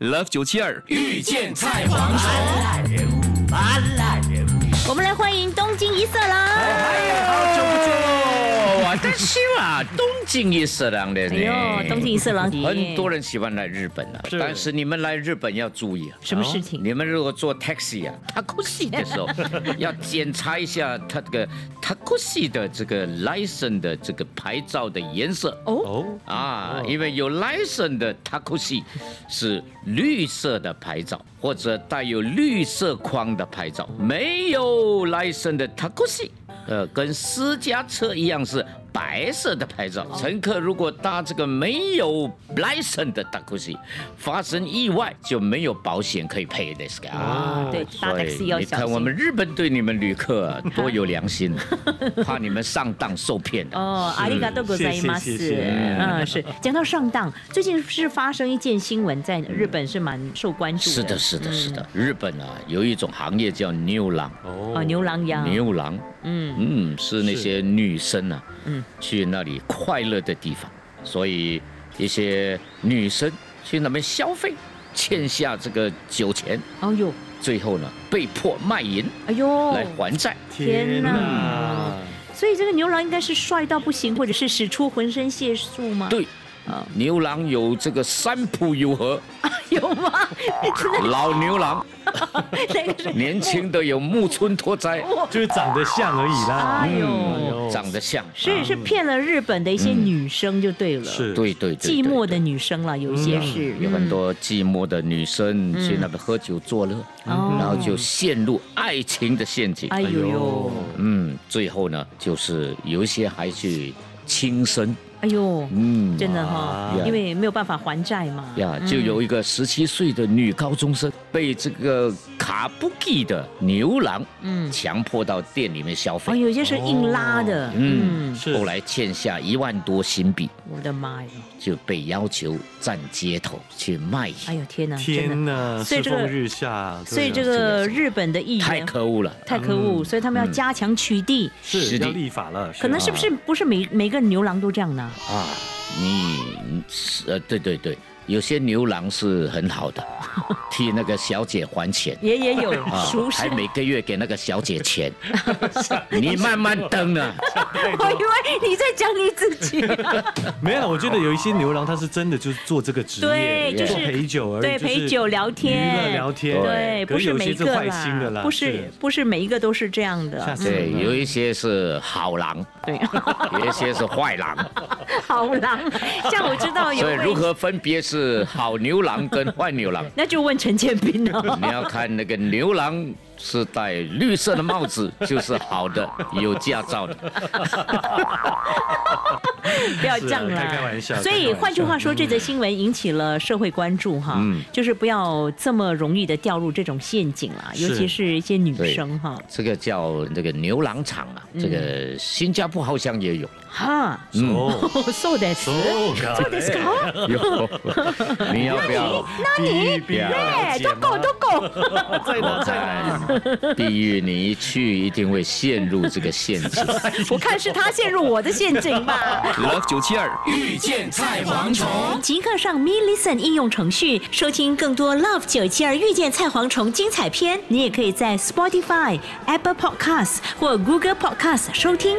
Love 九七二遇见菜蝗虫，我们来欢迎东京一色啦！哎好久不见。哇，但是啊，东京也是这样的哎呢。呦，东京一色郎，很多人喜欢来日本啊，是但是你们来日本要注意啊。什么事情？你们如果坐 taxi 啊，塔库西的时候，要检查一下它这个塔库西的这个 license 的这个牌照的颜色哦，嗯啊，因为有 license 的塔库西是绿色的牌照，或者带有绿色框的牌照；没有 license 的塔库西，呃，跟私家车一样是白色的牌哦照。乘客如果搭这个没有 license 的塔库西，发生意外就没有保险可以赔的。啊，对哦搭所以 taxi 要你小看心我们日本对你们旅客啊多有良 心啊，怕你们上当受骗的。哦，阿里嘎多国在吗？谢谢谢是，谢嗯，是。讲到上当，最近是发生一件新闻，在日本是蛮受关注的。是的，是的，是的。嗯日本啊，有一种行业叫牛郎，哦，牛郎羊，牛郎，嗯，嗯，是那些女生啊，嗯去那里快乐的地方，所以一些女生去那边消费，欠下这个酒钱，哦呦，最后呢被迫卖淫哎呦，来还债。天哪！所以这个牛郎应该是帅到不行，或者是使出浑身解数吗？，对，啊，牛郎有这个三浦友和， 有吗？ 老牛郎，那个是，年轻的有木村拓哉，就是长得像而已啦哎。呦，嗯长得像，啊所以是骗了日本的一些女生就对了。是对对对，嗯对寂寞的女生了，有一些是有很嗯多寂寞的女生去那边喝酒作乐，嗯哦然后就陷入爱情的陷阱。哎呦呦，嗯，最后呢，就是有一些还去轻生。哎呦，嗯，真的嗯啊哈，因为没有办法还债嘛。呀，就有一个十七岁的女高中生被这个卡布基的牛郎嗯强迫到店里面消哦，费，有些是硬拉的，嗯嗯，是后来欠下一万多新币，我的妈呀，就被要求站街头去卖淫，哎呦天哪，真天的，哪，所以世这个风日下。对啊所以这个日本的艺太人可嗯恶了。太可恶，所以他们要加强取缔，是是的要立法了，可能是不是不是每每个牛郎都这样呢？啊，你是呃，对对对，有些牛郎是很好 的，替那个小姐还钱。也也有 啊 熟，识还，每个月给那个小姐钱，你慢慢等 啊。 我以为你在讲你自 己，没有？我觉得有一些牛郎他是真的就是做这个职业，对就是做陪酒而已，对，就是陪酒聊娱乐天，聊天，对，可不是有每些一是个坏心的啦，不是不是每一个都是这样吓的，死对，人有了。一些是好郎，嗯对， 有一些是坏 郎， 好狼，像我知道有所以如位，何分别是好牛郎跟坏牛 郎？那就问陈建斌了。你要看那个牛郎是戴绿色的帽子，就是好 的，有驾照的。不要这样是啊啦，开开玩笑所开开以玩笑嗯换句话说，这则新闻引起了社会关注哈，就是不要这么容易的掉入这种陷阱啦，是尤其是一些女生哈。这个叫那个牛郎厂啊，这嗯个新加坡好像也有，哈，哦， so that 哦，做的是有，你要不要？那你别哎，都够都够，在哪我在哪？在地狱，哎你一去一定会陷入这个陷阱。我看是他陷入我的陷阱吧。 Love 九七二遇见菜蝗虫，即刻上 Me Listen 应用程序收听更多 Love 九七二遇见菜蝗虫精彩片。你也可以在 Spotify、Apple Podcasts 或 Google Podcasts 收听。